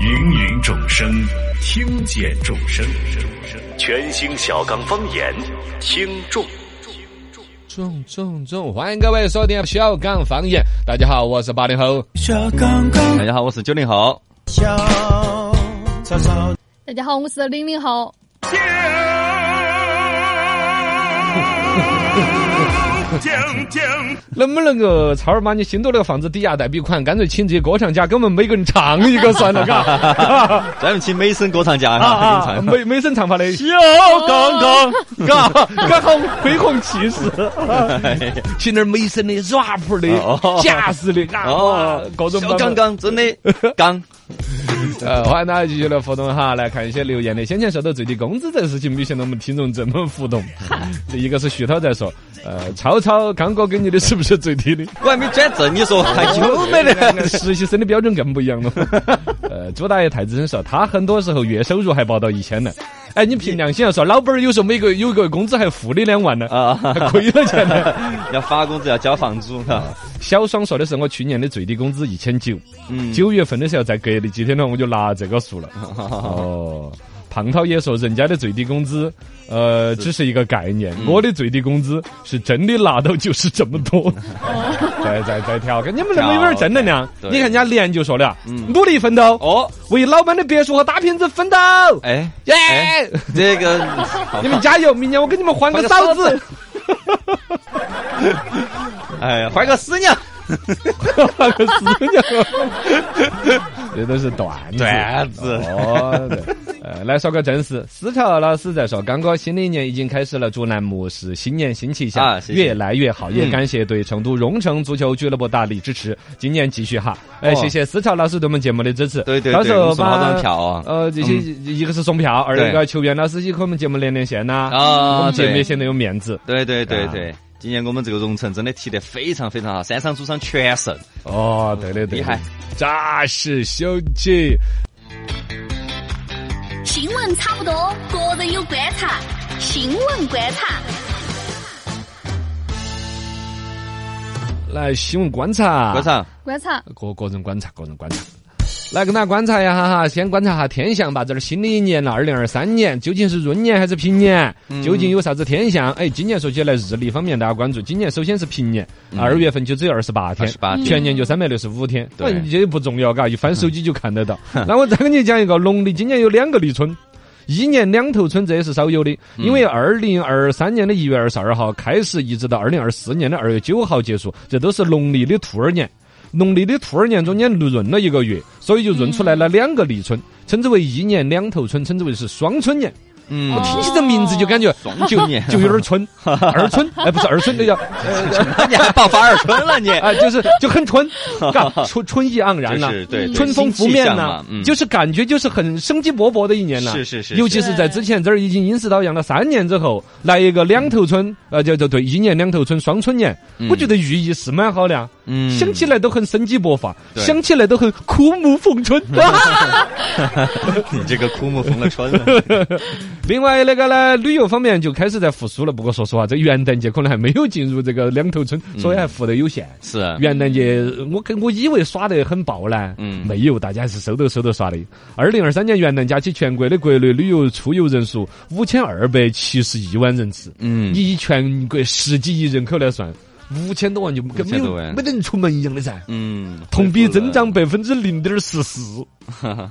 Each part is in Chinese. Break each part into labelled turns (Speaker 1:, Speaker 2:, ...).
Speaker 1: 芸芸众生，听见众生，全新小刚方言，听众。
Speaker 2: 重重重！欢迎各位收听小港方言。大家好，我是八零后。
Speaker 3: 小刚刚
Speaker 4: 大家好，我是九零后。
Speaker 3: 小草草，
Speaker 5: 大家好，我是零零后。
Speaker 2: 能不能够超儿把你新多那个房子抵押贷笔款，干脆请这些歌唱家给我们每个人唱一个算了，嘎。
Speaker 4: 专门请美声歌唱家
Speaker 2: 啊
Speaker 4: 哈，给你 唱。
Speaker 2: 美美声唱法的，
Speaker 4: 小刚刚，
Speaker 2: 嘎嘎好恢弘气 势，请点儿美声的、rap 的、
Speaker 4: 哦
Speaker 2: 贾式的，嘎
Speaker 4: 哦，
Speaker 2: 各种
Speaker 4: 小
Speaker 2: 版本
Speaker 4: 刚刚，真的刚。
Speaker 2: 呃，欢迎大家继续来互动哈，来看一些留言的。先前说到最低工资这事情，没想到我们听众这么互动。这一个是徐涛在说，呃，超超刚哥给你的是不是最低的？
Speaker 4: 我还没转正，你说还
Speaker 2: 哦
Speaker 4: 有没得？
Speaker 2: 实习生的标准更不一样了。 呃，朱大爷太资深说，他很多时候月收入还报到一千呢。哎，你凭良心要说，老板儿有时候每个有个月工资还负的两万呢，
Speaker 4: 啊，
Speaker 2: 还亏了钱呢。
Speaker 4: 要发工资，要交房租 哈。
Speaker 2: 小爽说的是我去年的最低工资一千九，
Speaker 4: 嗯，
Speaker 2: 九月份的时候在隔离几天了，我就拿这个数了。哦，胖涛也说人家的最低工资，呃，只是一个概念，我的最低工资是真的拿到就是这么多。 再再再调侃，你们能不能有点正能量？
Speaker 4: 调
Speaker 2: 你看
Speaker 4: 侃
Speaker 2: 人家连就说了，
Speaker 4: 嗯
Speaker 2: 努力奋斗，
Speaker 4: 哦，
Speaker 2: 为老板的别墅和大瓶子奋斗。
Speaker 4: 哎，
Speaker 2: 耶！
Speaker 4: 这个
Speaker 2: 你们加油，明年我给你们换个嫂子。
Speaker 4: 哎，换个师娘。
Speaker 2: 换个死娘，这都是段子。
Speaker 4: 段子
Speaker 2: 哦，对呃，来说个正事。丝绸老师在说，刚哥新的一年已经开始了，祝栏目是新年新气象，
Speaker 4: 啊谢谢
Speaker 2: 越来越好。也感谢对成都荣城足球俱乐部大力支持，今年继续哈。哎，
Speaker 4: 哦
Speaker 2: 谢谢丝绸老师对我们节目的支持。
Speaker 4: 对对
Speaker 2: 到时
Speaker 4: 对，
Speaker 2: 候
Speaker 4: 我们送好
Speaker 2: 把
Speaker 4: 张票啊。
Speaker 2: 呃，这些一个是送票，二一个球员老师也给我们节目连连线呐，
Speaker 4: 啊
Speaker 2: 我们节目
Speaker 4: 对
Speaker 2: 也显得有面子。
Speaker 4: 对对对
Speaker 2: 啊
Speaker 4: 对，今年我们这个蓉城真的踢得非常非常好，三场主场全胜，
Speaker 2: 哦，对的对的，
Speaker 4: 厉害。
Speaker 2: 扎实小姐。
Speaker 6: 新闻差不多，个人有观察，新闻观察。
Speaker 2: 来新闻观察，
Speaker 4: 观察。
Speaker 5: 观察，
Speaker 2: 个个人观察，个人观察。来跟大家观察一下哈，先观察下天象吧。这是新的一年了，二零二三年究竟是闰年还是平年？究竟有啥子天象？哎，今年说起来，日历方面大家关注，今年首先是平年，二、月份就只有二十八天，
Speaker 4: 28天
Speaker 2: 全年就三百六十五天。
Speaker 4: 嗯对嗯
Speaker 2: 哎这也不重要，嘎，一翻手机就看得到。那我再跟你讲一个农历，今年有两个立春。一年两头春，这也是少有的，
Speaker 4: 嗯
Speaker 2: 因为二零二三年的一月二十二号开始，一直到二零二四年的二月九号结束，这都是农历的兔儿年。农历的兔儿年中间闰了一个月，所以就闰出来了两个立春，称之为一年两头春，称之为是双春年。
Speaker 4: 嗯
Speaker 2: 我听起这名字就 感觉
Speaker 4: 双
Speaker 2: 就
Speaker 4: 春年
Speaker 2: 哦 就有点 春，二春哎不是二春，那叫
Speaker 4: 你还爆发二春了你？
Speaker 2: 啊就是就很春，嘎春春意盎然了
Speaker 4: 就。是对，对
Speaker 2: 春风拂面呐、就是是感觉就是很生机勃勃的一年了。
Speaker 4: 嗯是是是
Speaker 2: 尤其是在之前这儿已经阴湿到阳了三年之后，来一个两头春，呃，叫叫对，一年两头春，双春年，我觉得寓意是蛮好的啊。
Speaker 4: 嗯
Speaker 2: 想起来都很生机勃发，
Speaker 4: 对
Speaker 2: 想起来都很枯木逢 春。
Speaker 4: 你这个枯木逢了春 了，
Speaker 2: 另外那个呢，旅游方面就开始在复苏了。不过说实话，这元旦节可能还没有进入这个两头春，
Speaker 4: 嗯
Speaker 2: 所以还复得有限。
Speaker 4: 是啊
Speaker 2: 元旦节，我跟我以为耍得很爆呢，
Speaker 4: 嗯
Speaker 2: 没有，大家还是收抖收抖耍的。二零二三年元旦假期，全国的国内旅游出游人数五千二百七十一万人次，
Speaker 4: 嗯
Speaker 2: 你以全国十几亿人口来算，五千多万就跟没
Speaker 4: 5000多
Speaker 2: 有
Speaker 4: 万
Speaker 2: 没得人出门一样的噻。
Speaker 4: 嗯，
Speaker 2: 同比增长百分之零点四四，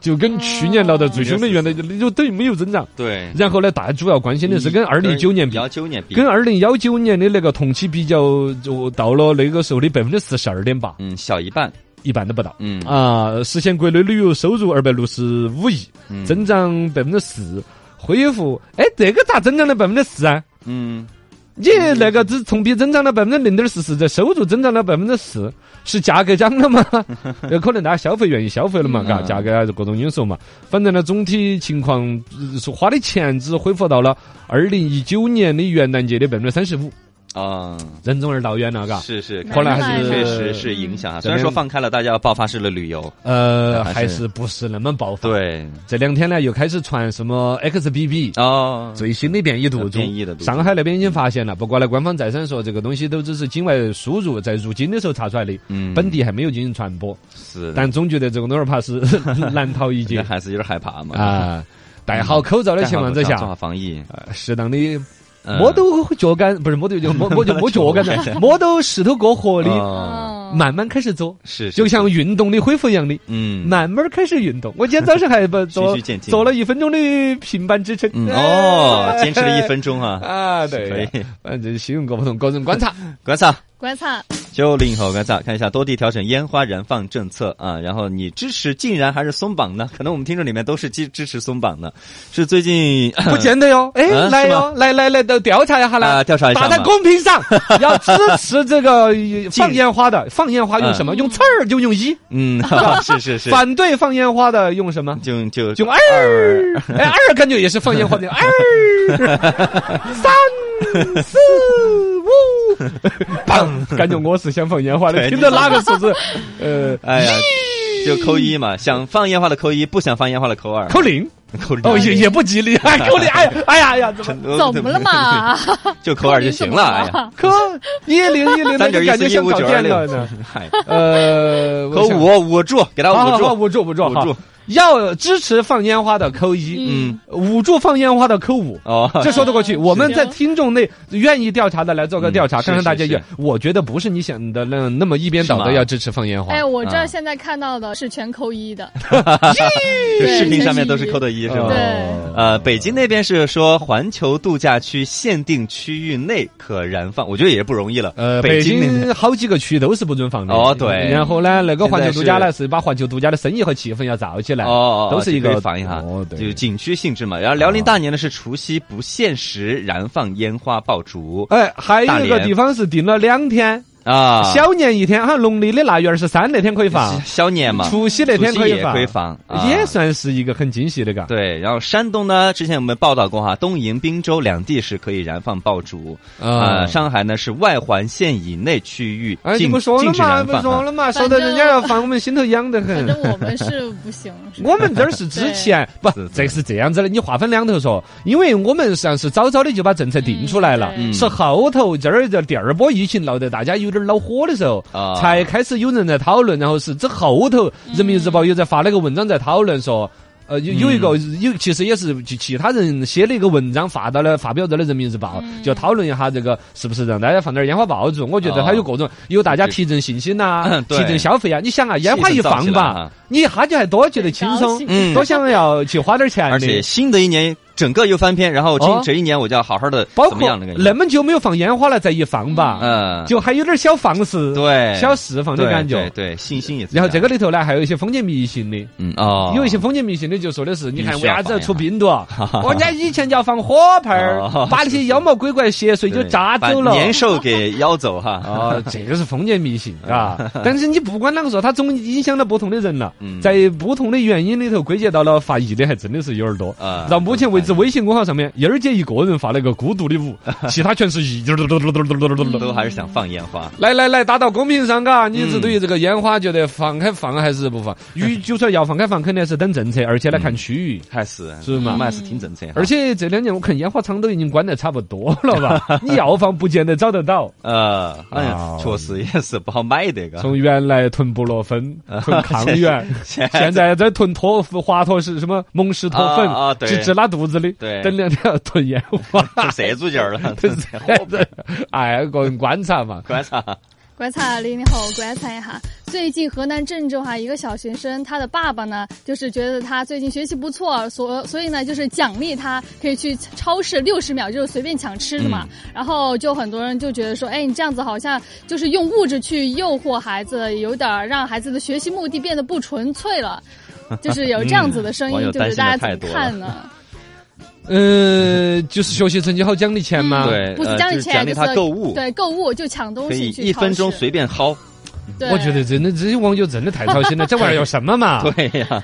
Speaker 2: 就跟去年闹得最凶的元旦
Speaker 4: 哦
Speaker 2: 就就等于没有增长。
Speaker 4: 对，
Speaker 2: 然后呢，大家主要关心的是跟二零一九年比，
Speaker 4: 幺九年比
Speaker 2: 跟二零幺九年的那个同期比较，就到了那个时候的百分之四十二点八，
Speaker 4: 嗯小一半，
Speaker 2: 一半都不到。
Speaker 4: 嗯
Speaker 2: 啊，实现国内旅游收入二百六十五亿，
Speaker 4: 嗯
Speaker 2: 增长百分之四，恢复。哎，这个咋增长了百分之四啊？
Speaker 4: 嗯
Speaker 2: 你那个只同比增长了百分之零点四四，这收入增长了百分之四，是价格涨了 吗？有可能大家消费愿意消费了嘛，嘎，
Speaker 4: 嗯
Speaker 2: 价格啊各种因素嘛。反正呢，总体情况呃是花的钱只恢复到了二零一九年的元旦节的百分之三十五。
Speaker 4: 啊，
Speaker 2: 任重而道远了，嘎。
Speaker 4: 是是，
Speaker 2: 啊后来还是
Speaker 4: 确实是影响啊。
Speaker 2: 嗯
Speaker 4: 虽然说放开了，大家要爆发式的旅游，
Speaker 2: 呃，
Speaker 4: 还
Speaker 2: 还
Speaker 4: 是
Speaker 2: 是不是那么爆发。，
Speaker 4: 对，
Speaker 2: 这两天呢又开始传什么 XBB。
Speaker 4: 哦，
Speaker 2: 最新的变异毒株
Speaker 4: 变异的毒，株
Speaker 2: 上海那边已经发现了。不过呢，官方再三说这个东西都只是境外输入，在入境的时候查出来的，
Speaker 4: 嗯
Speaker 2: 本地还没有进行传播。
Speaker 4: 是，
Speaker 2: 但总觉得这个努尔帕斯 难逃 一劫
Speaker 4: 还是有点害怕嘛。
Speaker 2: 啊！戴好口罩的
Speaker 4: 戴好
Speaker 2: 情况之
Speaker 4: 口罩做好
Speaker 2: 下，
Speaker 4: 防疫，
Speaker 2: 适当的
Speaker 4: 嗯
Speaker 2: 摸到脚杆，不是摸到 就摸摸就摸脚杆的，摸到石头过河的，
Speaker 4: 哦
Speaker 5: 嗯，
Speaker 2: 啊慢慢开始走，
Speaker 4: 是，是
Speaker 2: 就像运动的恢复一样的。
Speaker 4: 嗯，
Speaker 2: 慢慢开始运动。我今天早上还 不做
Speaker 4: 循序渐进
Speaker 2: 做了一分钟的平板支撑。
Speaker 4: 嗯哦，坚持了一分钟啊，
Speaker 2: 哎 啊，
Speaker 4: 可
Speaker 2: 对
Speaker 4: 以，嗯
Speaker 2: 反正信用各不同，个人观察。
Speaker 4: 观察。
Speaker 5: 观察
Speaker 4: 九零后观察，看一下多地调整烟花燃放政策啊，然后你支持禁燃还是松绑呢？可能我们听众里面都是支支持松绑的，是最近
Speaker 2: 不见得哟，哎，
Speaker 4: 嗯
Speaker 2: 来
Speaker 4: 是
Speaker 2: 哟，来来来，都调查一下
Speaker 4: 啊
Speaker 2: 来，
Speaker 4: 调查一下
Speaker 2: 打在
Speaker 4: 嘛
Speaker 2: 公屏 上，要支持这个呃放烟花的，放烟花用什么？用刺儿就用一，
Speaker 4: 嗯，哈哈是嗯是嗯是，
Speaker 2: 反对放烟花的用什么？
Speaker 4: 就就
Speaker 2: 用二，哎，二感觉也是放烟花 的，二三四 五，砰！感觉我是想放烟花的，
Speaker 4: 对
Speaker 2: 听着哪个数字，呃，
Speaker 4: 哎呀，就扣一嘛，想放烟花的扣一，不想放烟花的扣二，
Speaker 2: 扣零，
Speaker 4: 扣零
Speaker 2: 哦，也也不吉利，哎，扣零，哎呀，哎呀哎呀，怎么？
Speaker 5: 怎么了？嘛？
Speaker 4: 就扣二就行了，哎呀，
Speaker 2: 扣一零一零，那
Speaker 4: 三
Speaker 2: 个
Speaker 4: 点一
Speaker 2: 感觉
Speaker 4: 四一
Speaker 2: 像
Speaker 4: 五
Speaker 2: 搞
Speaker 4: 九二
Speaker 2: 电
Speaker 4: 六
Speaker 2: 脑呢。，
Speaker 4: 嗨，
Speaker 2: 呃，
Speaker 4: 扣
Speaker 2: 我想
Speaker 4: 五，啊捂住，给他
Speaker 2: 好 好
Speaker 4: 捂
Speaker 2: 好
Speaker 4: 住，
Speaker 2: 捂住捂住
Speaker 4: 捂
Speaker 2: 好
Speaker 4: 住，
Speaker 2: 要支持放烟花的扣一，
Speaker 4: 嗯，
Speaker 2: 捂住放烟花的扣 五。
Speaker 4: 哦，
Speaker 2: 这说得过去。我们在
Speaker 5: 是
Speaker 2: 听众内愿意调查的来做个调查，
Speaker 4: 嗯
Speaker 2: 看看大家
Speaker 4: 是是
Speaker 2: 也
Speaker 4: 是。
Speaker 2: 我觉得不是你想的那那么一边倒
Speaker 4: 是
Speaker 2: 的
Speaker 4: 吗
Speaker 2: 要支持放烟花。
Speaker 5: 哎，我这
Speaker 4: 啊
Speaker 5: 儿现在看到的是全扣一的，
Speaker 4: 就
Speaker 5: 对
Speaker 4: 视频
Speaker 5: 全
Speaker 4: 上面
Speaker 5: 是
Speaker 4: 都是
Speaker 5: 一
Speaker 4: 扣的一是
Speaker 2: 哦
Speaker 4: 吧？
Speaker 5: 对
Speaker 4: 呃，北京那边是说环球度假区限定区域内可燃放，我觉得也是不容易了。
Speaker 2: 呃，
Speaker 4: 北
Speaker 2: 北
Speaker 4: 京那边
Speaker 2: 京好几个区都是不准放的。
Speaker 4: 哦对
Speaker 2: 然后呢，那个环球度假
Speaker 4: 现在
Speaker 2: 呢是把环球度假的生意和气氛要造起来。
Speaker 4: 哦哦，哦
Speaker 2: 都是一个
Speaker 4: 可以反映哈
Speaker 2: 哦，对
Speaker 4: 就景区性质嘛。然后辽宁大年呢是除夕不限时燃放烟花爆竹啊
Speaker 2: 哎，还有一
Speaker 4: 大
Speaker 2: 个
Speaker 4: 连
Speaker 2: 地方是定了两天，
Speaker 4: 啊，
Speaker 2: 小年一天，好像农历的腊月二十三那天可以放，
Speaker 4: 小年嘛，
Speaker 2: 除夕那天可
Speaker 4: 除夕
Speaker 2: 以
Speaker 4: 也
Speaker 2: 放，
Speaker 4: 可以放，啊
Speaker 2: 也算是一个很惊喜的嘎。
Speaker 4: 对，然后山东呢，之前我们报道过哈，东营、滨州两地是可以燃放爆竹，啊、
Speaker 2: 啊
Speaker 4: 上海呢是外环线以内区域
Speaker 2: 哎，你
Speaker 4: 禁、
Speaker 2: 不说了
Speaker 4: 禁止
Speaker 2: 嘛，
Speaker 4: 燃
Speaker 2: 不
Speaker 4: 放
Speaker 2: 说
Speaker 4: 啊。
Speaker 2: 了嘛，
Speaker 5: 反
Speaker 2: 说
Speaker 5: 正
Speaker 2: 的人家要放，我们心头痒得很
Speaker 5: 反。正我们是不行。是吧
Speaker 2: 我们这儿是之前不
Speaker 4: 是，
Speaker 2: 这是这样子的，你划分两头说，因为我们实际上是早早的就把政策定出来了，
Speaker 5: 嗯
Speaker 2: 是后头这儿这第二波疫情闹得大家有点恼火的时候，
Speaker 4: 啊，
Speaker 2: 才开始有人在讨论，然后是这后头人民日报又在发了个文章在讨论说。呃，有有一个有，其实也是其其他人写了一个文章，发到了发表到了《人民日报》，就讨论一下这个是不是让大家放点烟花爆竹。我觉得它有各种有大家提振信心呐
Speaker 4: 啊嗯对
Speaker 2: 提振消费啊。你想啊，烟花
Speaker 4: 气氛
Speaker 2: 一
Speaker 4: 造
Speaker 2: 放
Speaker 4: 起来
Speaker 2: 吧
Speaker 4: 啊，
Speaker 2: 你一下就还多觉得轻松
Speaker 5: 很高兴，
Speaker 4: 嗯
Speaker 2: 多想要去花点钱的。
Speaker 4: 而且新的一年整个又翻篇，然后
Speaker 2: 哦
Speaker 4: 今这一年我就要好好的
Speaker 2: 包
Speaker 4: 怎么
Speaker 2: 括
Speaker 4: 样那个
Speaker 2: 那么久没有放烟花了，再一放吧，
Speaker 4: 嗯，
Speaker 2: 就还有点小放肆、
Speaker 4: 对
Speaker 2: 小释放的
Speaker 4: 对
Speaker 2: 感
Speaker 4: 对
Speaker 2: 觉。
Speaker 4: 对，信心也增加。
Speaker 2: 然后这个里头呢，还有一些封建迷信的。
Speaker 4: 嗯哦，
Speaker 2: 有一些封建迷信的就说的是，你看为啥子要出病毒？
Speaker 4: 呀
Speaker 2: 人家以前就要放火炮儿
Speaker 4: 哦，
Speaker 2: 把那些妖魔鬼怪邪祟就
Speaker 4: 对
Speaker 2: 炸走了
Speaker 4: 把。年兽给邀走哈。
Speaker 2: 啊，这个是封建迷信啊！但是你不管哪个说，它总影响了不同的人了
Speaker 4: 嗯，
Speaker 2: 在不同的原因里头归结到了发疫的还真的是有点多
Speaker 4: 啊
Speaker 2: 到目前为止，微信公号上面，燕儿姐一个人发了个孤独的舞，其他全是一嘟嘟嘟嘟嘟嘟嘟嘟嘟嘟。
Speaker 4: 都还是想放烟花，
Speaker 2: 来来来，打到公屏上，嘎！你是对于这个烟花觉得放开放还是不放？与就算要放开放，肯定是等政策，而且来看区域。
Speaker 4: 还是
Speaker 2: 是嘛
Speaker 4: 我们还是挺政策哈。
Speaker 2: 而且这两年我看烟花厂都已经关得差不多了吧？你要放不见得找得到。
Speaker 4: 呃，哎呀
Speaker 2: 啊，
Speaker 4: 确实也是不好买这个。
Speaker 2: 从原来囤布洛 芬、囤抗原，
Speaker 4: 啊现在
Speaker 2: 现在在囤脱华佗是什么蒙氏脱粉
Speaker 4: 啊啊，对
Speaker 2: 治治拉肚子的，
Speaker 4: 对
Speaker 2: 等两天要囤烟 花。
Speaker 4: 就社主劲儿 了，真是
Speaker 2: 哎，个人观察嘛，
Speaker 4: 观察
Speaker 5: 观察零零后，观察一下。最近河南郑州哈一个小学生，他的爸爸呢，就是觉得他最近学习不错，所所以呢，就是奖励他可以去超市六十秒，就是随便抢吃的嘛。
Speaker 4: 嗯
Speaker 5: 然后就很多人就觉得说，哎，你这样子好像就是用物质去诱惑孩子，有点儿让孩子的学习目的变得不纯粹了。就是有这样子的声
Speaker 4: 网
Speaker 5: 音，
Speaker 4: 友
Speaker 5: 就
Speaker 4: 嗯担
Speaker 5: 是
Speaker 4: 心得
Speaker 5: 大家
Speaker 4: 太
Speaker 5: 怎么
Speaker 4: 多了
Speaker 5: 看呢？
Speaker 2: 嗯，就是学习成绩好奖励钱嘛。
Speaker 5: 嗯
Speaker 4: 对
Speaker 5: 不
Speaker 4: 呃
Speaker 5: 是奖
Speaker 4: 就
Speaker 5: 励
Speaker 4: 是
Speaker 5: 钱，
Speaker 4: 奖励他
Speaker 5: 就是
Speaker 4: 购物
Speaker 5: 对购物就抢东
Speaker 4: 可以
Speaker 5: 西去
Speaker 4: 一分钟
Speaker 5: 超市
Speaker 4: 随便薅，
Speaker 5: 对
Speaker 2: 啊我觉得真的这些网友真的太操心了，这玩意儿有什么嘛？
Speaker 4: 对呀，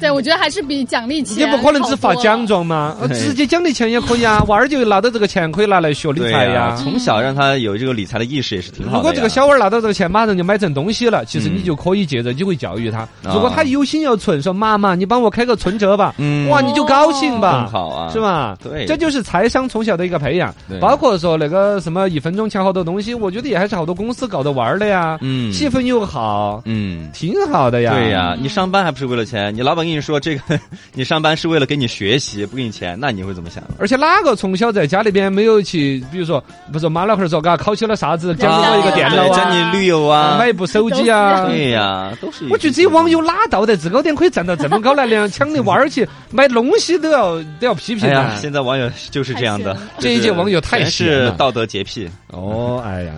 Speaker 5: 对，我觉得还是比奖励
Speaker 2: 你
Speaker 5: 钱
Speaker 2: 不可能只
Speaker 5: 好
Speaker 2: 发
Speaker 5: 多
Speaker 2: 奖
Speaker 5: 了。
Speaker 2: 状嘛，呃
Speaker 4: 对
Speaker 2: 直接奖励钱也可以啊。娃儿就拿到这个钱，可以拿来学理
Speaker 4: 对
Speaker 2: 财
Speaker 4: 呀、
Speaker 2: 呀。
Speaker 4: 从
Speaker 5: 嗯
Speaker 4: 小让他有这个理财的意识也是挺好的呀。
Speaker 2: 如果这个小娃儿拿到这个钱，马上就买成东西了，其实你
Speaker 4: 嗯
Speaker 2: 就可以借着机会教育他。
Speaker 4: 啊
Speaker 2: 如果他有心要存，说妈妈，你帮我开个存折吧，
Speaker 4: 嗯
Speaker 2: 哇，你就高兴吧，
Speaker 4: 更好啊，
Speaker 2: 是？吧？
Speaker 4: 对
Speaker 2: 这就是财商从小的一个培养
Speaker 4: 对，
Speaker 2: 包括说那个什么一分钟抢好多东西，我觉得也还是好多公司搞着玩儿的呀，
Speaker 4: 嗯
Speaker 2: 气氛又好，
Speaker 4: 嗯。
Speaker 2: 挺好的呀。
Speaker 4: 对呀、你上班还不是为了钱？你老板跟你说这个， 你上班是为了给你学习，不给你钱，那你会怎么想？
Speaker 2: 而且哪个从小在家里边没有去，比如说，不是妈老汉儿说，嘎，考起了啥子，教
Speaker 5: 啊
Speaker 2: 我一个电脑
Speaker 4: 对
Speaker 2: 啊，
Speaker 4: 教你旅游哎啊，
Speaker 2: 买一部手机啊。
Speaker 4: 对呀、都是一个。
Speaker 2: 我觉得这些网友哪道德制高点可以站到这么高来量，抢你娃儿去买东西都要都要批评
Speaker 4: 哎呀，
Speaker 2: 啊
Speaker 4: 现在网友就是这样的
Speaker 5: 太闲了，
Speaker 4: 就是
Speaker 2: 这一届网友太
Speaker 4: 全
Speaker 2: 闲了
Speaker 4: 是道德洁癖。
Speaker 2: 哦，哎呀。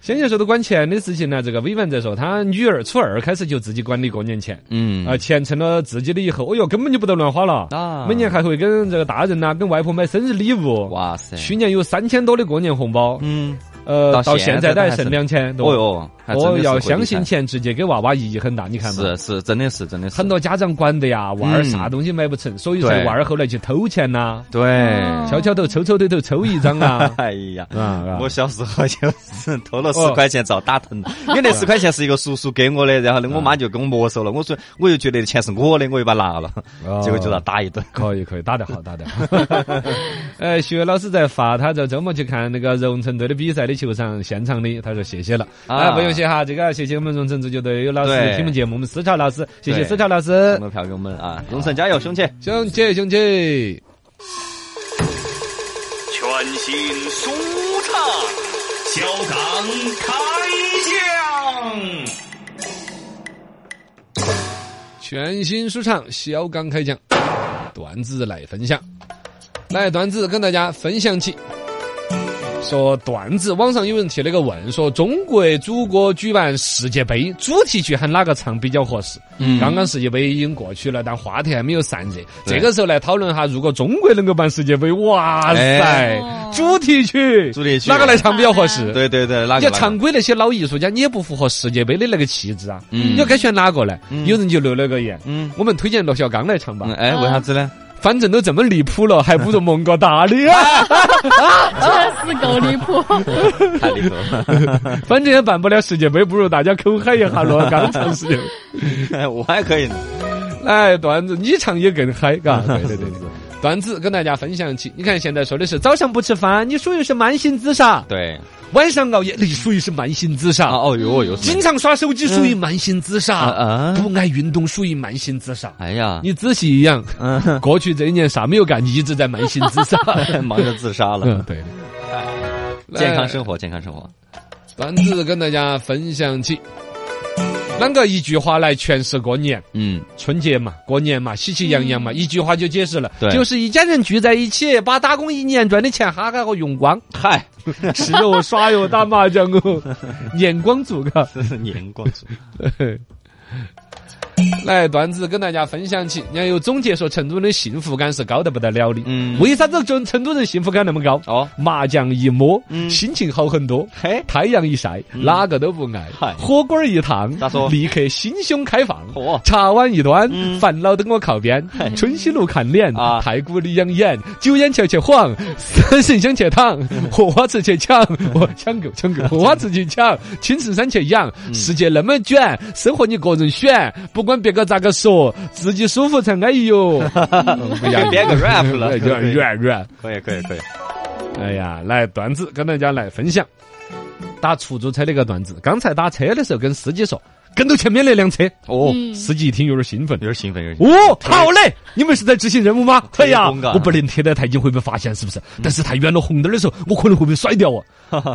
Speaker 2: 先前说的管钱的事情呢，这个 Vivian 在说，他女儿初二开始就自己管理过年钱，
Speaker 4: 嗯
Speaker 2: 啊，钱成了自己的以后，哦哟，根本就不得乱花了。
Speaker 4: 啊
Speaker 2: 每年还会跟这个大人呐、跟外婆买生日礼物。
Speaker 4: 哇塞，
Speaker 2: 去年有三千多的过年红包，
Speaker 4: 嗯，
Speaker 2: 呃，
Speaker 4: 到
Speaker 2: 到
Speaker 4: 现
Speaker 2: 现
Speaker 4: 在
Speaker 2: 在
Speaker 4: 都
Speaker 2: 都
Speaker 4: 还
Speaker 2: 还
Speaker 4: 剩
Speaker 2: 剩两千
Speaker 4: 哦
Speaker 2: 多。
Speaker 4: 哟，还真的
Speaker 2: 我
Speaker 4: 是
Speaker 2: 要
Speaker 4: 会
Speaker 2: 相
Speaker 4: 理
Speaker 2: 信
Speaker 4: 财
Speaker 2: 钱直接给娃娃意义很大，你看嘛。
Speaker 4: 是是，真的是真的是
Speaker 2: 很多家长管的呀，娃儿
Speaker 4: 嗯
Speaker 2: 啥东西买不成，所以说
Speaker 4: 对
Speaker 2: 娃儿后来去偷钱呐，
Speaker 4: 对。
Speaker 5: 哦
Speaker 2: 敲敲头、抽抽对头、抽一张啊。
Speaker 4: 哎呀，
Speaker 2: 啊
Speaker 4: 我小时候就是投了十
Speaker 2: 哦
Speaker 4: 块钱遭打疼， 因为那十块钱是一个叔叔给我的，然后呢，我妈就跟我没收了，我说我就觉得钱是我的，我就把它拿了，
Speaker 2: 哦
Speaker 4: 结果就遭打一顿。
Speaker 2: 可以可以，打得好，打得好。 哎，徐老师在发，他在周末去看那个荣城队的比赛的球场现场的，他说谢谢了。
Speaker 4: 啊
Speaker 2: 啊，不用谢哈，这个谢谢我们荣城足球队有老师
Speaker 4: 对
Speaker 2: 听我们节目，我们思潮老师，谢谢
Speaker 4: 对
Speaker 2: 思潮老师
Speaker 4: 送，了票给我们啊，荣城加油，兄弟！
Speaker 2: 兄弟兄弟。
Speaker 1: 全新舒畅，小港开讲。
Speaker 2: 全新舒畅，小刚开讲，段子来分享，来段子跟大家分享起。说段子，网上有人提了个问，说中国祖国举办世界杯，主题曲喊哪个唱比较合适？
Speaker 4: 嗯
Speaker 2: 刚刚世界杯已经过去了，但话题还没有散热。这个时候来讨论哈，如果中国能够办世界杯，哇塞，
Speaker 4: 哎
Speaker 5: 哦
Speaker 2: 主题曲，
Speaker 4: 主题曲
Speaker 2: 哪个来唱比较合适？
Speaker 4: 对对对，那
Speaker 2: 你要
Speaker 4: 个
Speaker 2: 常规那些老艺术家，你也不符合世界杯的那个气质啊！
Speaker 4: 嗯
Speaker 2: 你要该选哪个呢？
Speaker 4: 嗯
Speaker 2: 有人就留了个言，
Speaker 4: 嗯
Speaker 2: 我们推荐罗小刚来唱吧
Speaker 4: 嗯，，哎，为啥 子呢？
Speaker 2: 反正都这么离谱了，还不如蒙哥大的啊！
Speaker 5: 这是够离谱。
Speaker 4: 太离谱 了！
Speaker 2: 反正也办不了世界杯，不如大家口嗨一下罗刚唱世界杯。
Speaker 4: 嗯我还可以呢。
Speaker 2: 哎，段子你唱也更嗨，嘎！
Speaker 4: 嗯
Speaker 2: 对对对对，段子跟大家分享起。你看现在说的是早上不吃饭，你属于是慢性自杀；
Speaker 4: 对，
Speaker 2: 晚上熬夜，你属于是慢性自
Speaker 4: 啊
Speaker 2: 杀；
Speaker 4: 哦哟有
Speaker 2: 经常刷手机属于慢性自
Speaker 4: 啊
Speaker 2: 杀；
Speaker 4: 啊！
Speaker 2: 不爱运动属于慢性自杀。
Speaker 4: 哎呀，
Speaker 2: 你仔细一样，
Speaker 4: 嗯，
Speaker 2: 过去这一年啥没有干，你一直在慢性自杀。
Speaker 4: 忙着自杀
Speaker 2: 嗯
Speaker 4: 了，。
Speaker 2: 对。
Speaker 4: 健康
Speaker 2: 活。
Speaker 4: 生活，健康生活。
Speaker 2: 段子跟大家分享起，啷个一句话来诠释过年？
Speaker 4: 嗯，
Speaker 2: 春节嘛，过年嘛，喜气洋洋嘛，一句话就解释了
Speaker 4: 对，
Speaker 2: 就是一家人聚在一起，把打工一年赚的钱哈哈我用光，
Speaker 4: 嗨，
Speaker 2: 吃肉、耍肉、打麻将哦， 眼光足嘎。
Speaker 4: 这 是 年光族。
Speaker 2: 来，段子跟大家分享起，人家有总结说，成都人的幸福感是高得不得了的。
Speaker 4: 嗯
Speaker 2: 为啥子成成都人幸福感那么高？
Speaker 4: 哦，
Speaker 2: 麻将一摸，
Speaker 4: 嗯
Speaker 2: 心情好很多。
Speaker 4: 嘿，
Speaker 2: 太阳一晒，哪个都不爱
Speaker 4: 嗨。
Speaker 2: 火锅一烫
Speaker 4: 咋说，
Speaker 2: 立刻心胸开放
Speaker 4: 嚯。
Speaker 2: 茶碗一端
Speaker 4: 嗯，
Speaker 2: 烦恼等我靠边。春熙路看脸
Speaker 4: 啊，
Speaker 2: 太古里养眼，酒烟瞧瞧晃，三圣乡去躺，
Speaker 4: 嗯
Speaker 2: 荷花池去抢，我抢购抢购，荷花池去抢，青城山去养。
Speaker 4: 嗯
Speaker 2: 世界那么卷，生活你个人选，不管别个咋个说，自己舒服才安逸 哟。
Speaker 4: 给 编个 rap 了，
Speaker 2: 有点软软。
Speaker 4: 可以可以可以。
Speaker 2: 哎呀，来段子跟大家来分享。打出租车那个段子，刚才打车的时候跟司机说，跟到前面那辆车。
Speaker 4: 哦
Speaker 5: 嗯
Speaker 2: 司机一听有点兴奋
Speaker 4: 有，点兴奋，有点兴奋。
Speaker 2: 哦，好嘞，你们是在执行任务吗？
Speaker 4: 推
Speaker 2: 哎呀
Speaker 4: 嗯风啊，嗯
Speaker 2: 我不能贴得太近，会被发现是不是？但是太远了，红灯的时候，我可能会被甩掉哦。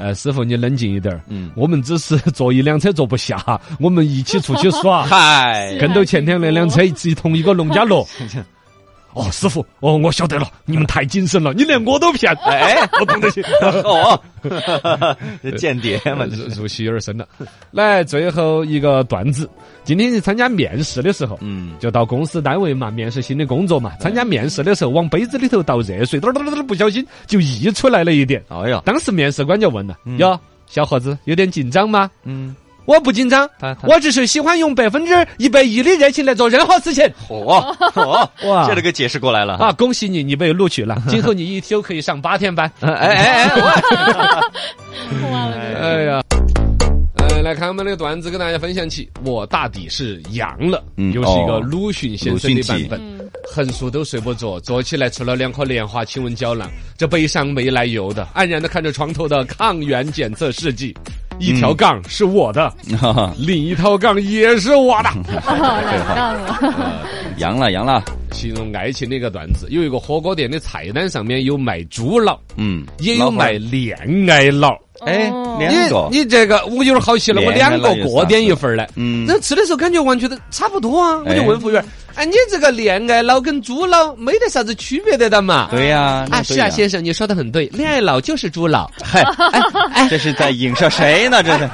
Speaker 2: 哎，师傅你冷静一点儿，
Speaker 4: 嗯。
Speaker 2: 我们只是坐一辆车坐不下，我们一起出去耍
Speaker 4: 嗨，
Speaker 2: 跟到前天那辆车一起同一个农家 乐。哦，师傅，哦，我晓得了，你们太谨慎了，你连我都骗，哎，我懂得起。
Speaker 4: 哦，间谍嘛，这
Speaker 2: 入
Speaker 4: 是。
Speaker 2: 入戏有点深了。来，最后一个段子，今天去参加面试的时候，
Speaker 4: 嗯，
Speaker 2: 就到公司单位嘛，面试新的工作嘛。参加面试的时候，往杯子里头倒热水，嘚儿嘚儿嘚儿，不小心就溢出来了一点。
Speaker 4: 哎呀，
Speaker 2: 当时面试官就问了：“哟，小伙子，有点紧张吗？”
Speaker 4: 嗯，
Speaker 2: 我不紧张
Speaker 4: 他，他
Speaker 2: 我只是喜欢用百分之一百一的热情来做任何事情。
Speaker 4: 嚯嚯
Speaker 2: 哇
Speaker 4: 这都给解释过来了
Speaker 2: 啊，
Speaker 4: 啊！
Speaker 2: 恭喜你，你被录取 了，今后你一周可以上八天班。
Speaker 4: 哎哎哎，我
Speaker 5: 忘了这个
Speaker 2: 哎呀。
Speaker 4: 嗯
Speaker 2: 呃，来看我们那个段子，跟大家分享起。我大抵是阳了，
Speaker 4: 嗯
Speaker 2: 又是一个
Speaker 4: 哦
Speaker 2: 鲁迅先生的版本。
Speaker 5: 嗯，
Speaker 2: 横竖都睡不着，坐起来除了两颗莲花亲吻胶囊，这悲伤没来由的，黯然的看着床头的抗原检测试剂，
Speaker 4: 嗯
Speaker 2: 一条杠是我的， 另一条杠也是我 的。
Speaker 5: 哦，两杠了，
Speaker 4: 阳了阳了，
Speaker 2: 形容爱情的一个段子，有一个火锅店的菜单上面有卖猪脑，
Speaker 4: 嗯，
Speaker 2: 也有卖
Speaker 4: 买，
Speaker 2: 恋爱脑。
Speaker 4: 哎
Speaker 5: 哦，
Speaker 4: 两个
Speaker 2: 你你这个我有点好奇了，我
Speaker 4: 恋爱
Speaker 2: 两
Speaker 4: 脑
Speaker 2: 个
Speaker 4: 有
Speaker 2: 各
Speaker 4: 啥
Speaker 2: 点
Speaker 4: 子
Speaker 2: 一份儿来。
Speaker 4: 嗯
Speaker 2: 那吃的时候感觉完全都差不多啊，我就
Speaker 4: 哎
Speaker 2: 问服务员：“哎，你这个恋爱脑跟猪脑没得啥子区别的的嘛？”
Speaker 4: 对呀，那
Speaker 2: 啊，
Speaker 4: 对
Speaker 2: 是啊，
Speaker 4: 呀
Speaker 2: 先生，你说的很对，恋爱脑就是猪 脑，
Speaker 4: 嗨，这是在影射谁 呢？这是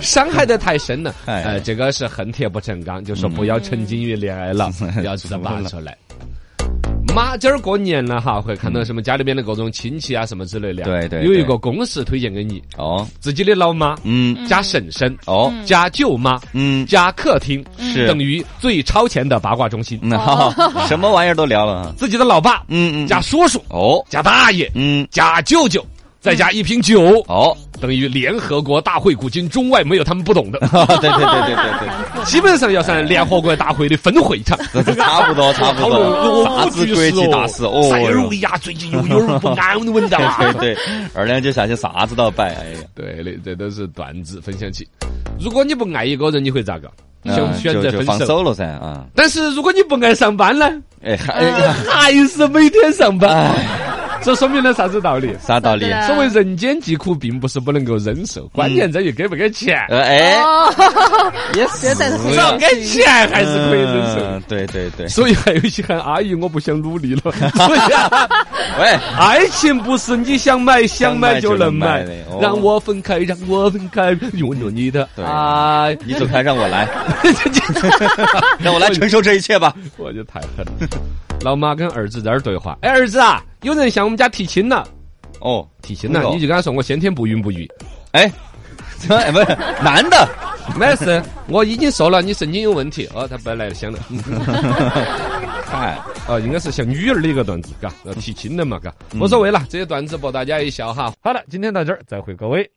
Speaker 2: 伤害的太深了。
Speaker 4: 哎
Speaker 2: 呃，这个是恨铁不成钢，就说不要沉浸于恋爱 脑，要知道拔出来。妈，今儿过年了哈，会看到什么家里边的各种亲戚啊什么之类的啊。
Speaker 4: 对对
Speaker 2: 有一
Speaker 4: 对
Speaker 2: 个公式推荐给你，
Speaker 4: 哦，
Speaker 2: 自己的老妈
Speaker 4: 嗯
Speaker 2: 加婶婶
Speaker 4: 哦，
Speaker 2: 加舅妈
Speaker 4: 嗯，
Speaker 2: 加客厅，
Speaker 4: 是
Speaker 2: 等于最超前的八卦中心。
Speaker 4: 嗯好，什么玩意儿都聊了啊，
Speaker 2: 自己的老爸
Speaker 4: 嗯嗯，
Speaker 2: 加叔叔
Speaker 4: 哦，
Speaker 2: 加大爷
Speaker 4: 嗯
Speaker 2: 加舅舅，再加一瓶酒，
Speaker 4: 哦，
Speaker 2: 等于联合国大会，古今中外没有他们不懂 的，
Speaker 4: 对对对对对对。
Speaker 2: 基本上要算联合国大会的分会 场。
Speaker 4: 差不多，差不
Speaker 2: 讨论
Speaker 4: 多，
Speaker 2: 俄
Speaker 4: 啥
Speaker 2: 乌
Speaker 4: 子
Speaker 2: 局
Speaker 4: 国
Speaker 2: 势
Speaker 4: 际大事哦
Speaker 2: 塞尔
Speaker 4: 哟
Speaker 2: 维。亚最近又有点不安稳的
Speaker 4: 对
Speaker 2: 嘛。
Speaker 4: 对，二两酒下去啥子都要摆，哎呀，
Speaker 2: 对的，这都是段子分享起。如果你不爱一个人，你会咋个？
Speaker 4: 啊
Speaker 2: 选选
Speaker 4: 就
Speaker 2: 择
Speaker 4: 就放
Speaker 2: 分手。
Speaker 4: 手了噻啊！
Speaker 2: 但是如果你不爱上班呢，
Speaker 4: 哎哎呀，
Speaker 2: 还是每天上班，
Speaker 4: 哎，
Speaker 2: 这说明了啥子道理？
Speaker 4: 啥道理？
Speaker 5: 啥子
Speaker 2: 所谓人间疾苦，并不是不能够忍受，关键在于给不给钱。
Speaker 4: 呃哎，也
Speaker 5: 别在乎
Speaker 4: 是
Speaker 2: 只要给钱还是可以忍受。
Speaker 4: 嗯对对对，
Speaker 2: 所以还有一些喊阿姨，我不想努力了。所以啊、
Speaker 4: 喂，
Speaker 2: 爱情不是你想买想买就能买
Speaker 4: 想买就能买的哦，
Speaker 2: 让我分开，让我分开，拥有你的哎
Speaker 4: 对
Speaker 2: 爱。
Speaker 4: 你走开，让我来，让我来承受这一切吧。
Speaker 2: 我就太狠 了。老妈跟儿子在那儿对话，哎，儿子啊，有人向我们家提亲了，
Speaker 4: 哦，
Speaker 2: 提亲了，你就跟他说我先天不孕不育，
Speaker 4: 哎，哎不是男的，
Speaker 2: 没事，我已经说了你神经有问题。哦，他本来想了，
Speaker 4: 嗨，
Speaker 2: 啊，应该是像女儿的一个段呃子，嘎，要提亲的嘛，嘎，无所谓了，这些段子博大家一笑哈。好了，今天到这儿，再会各位。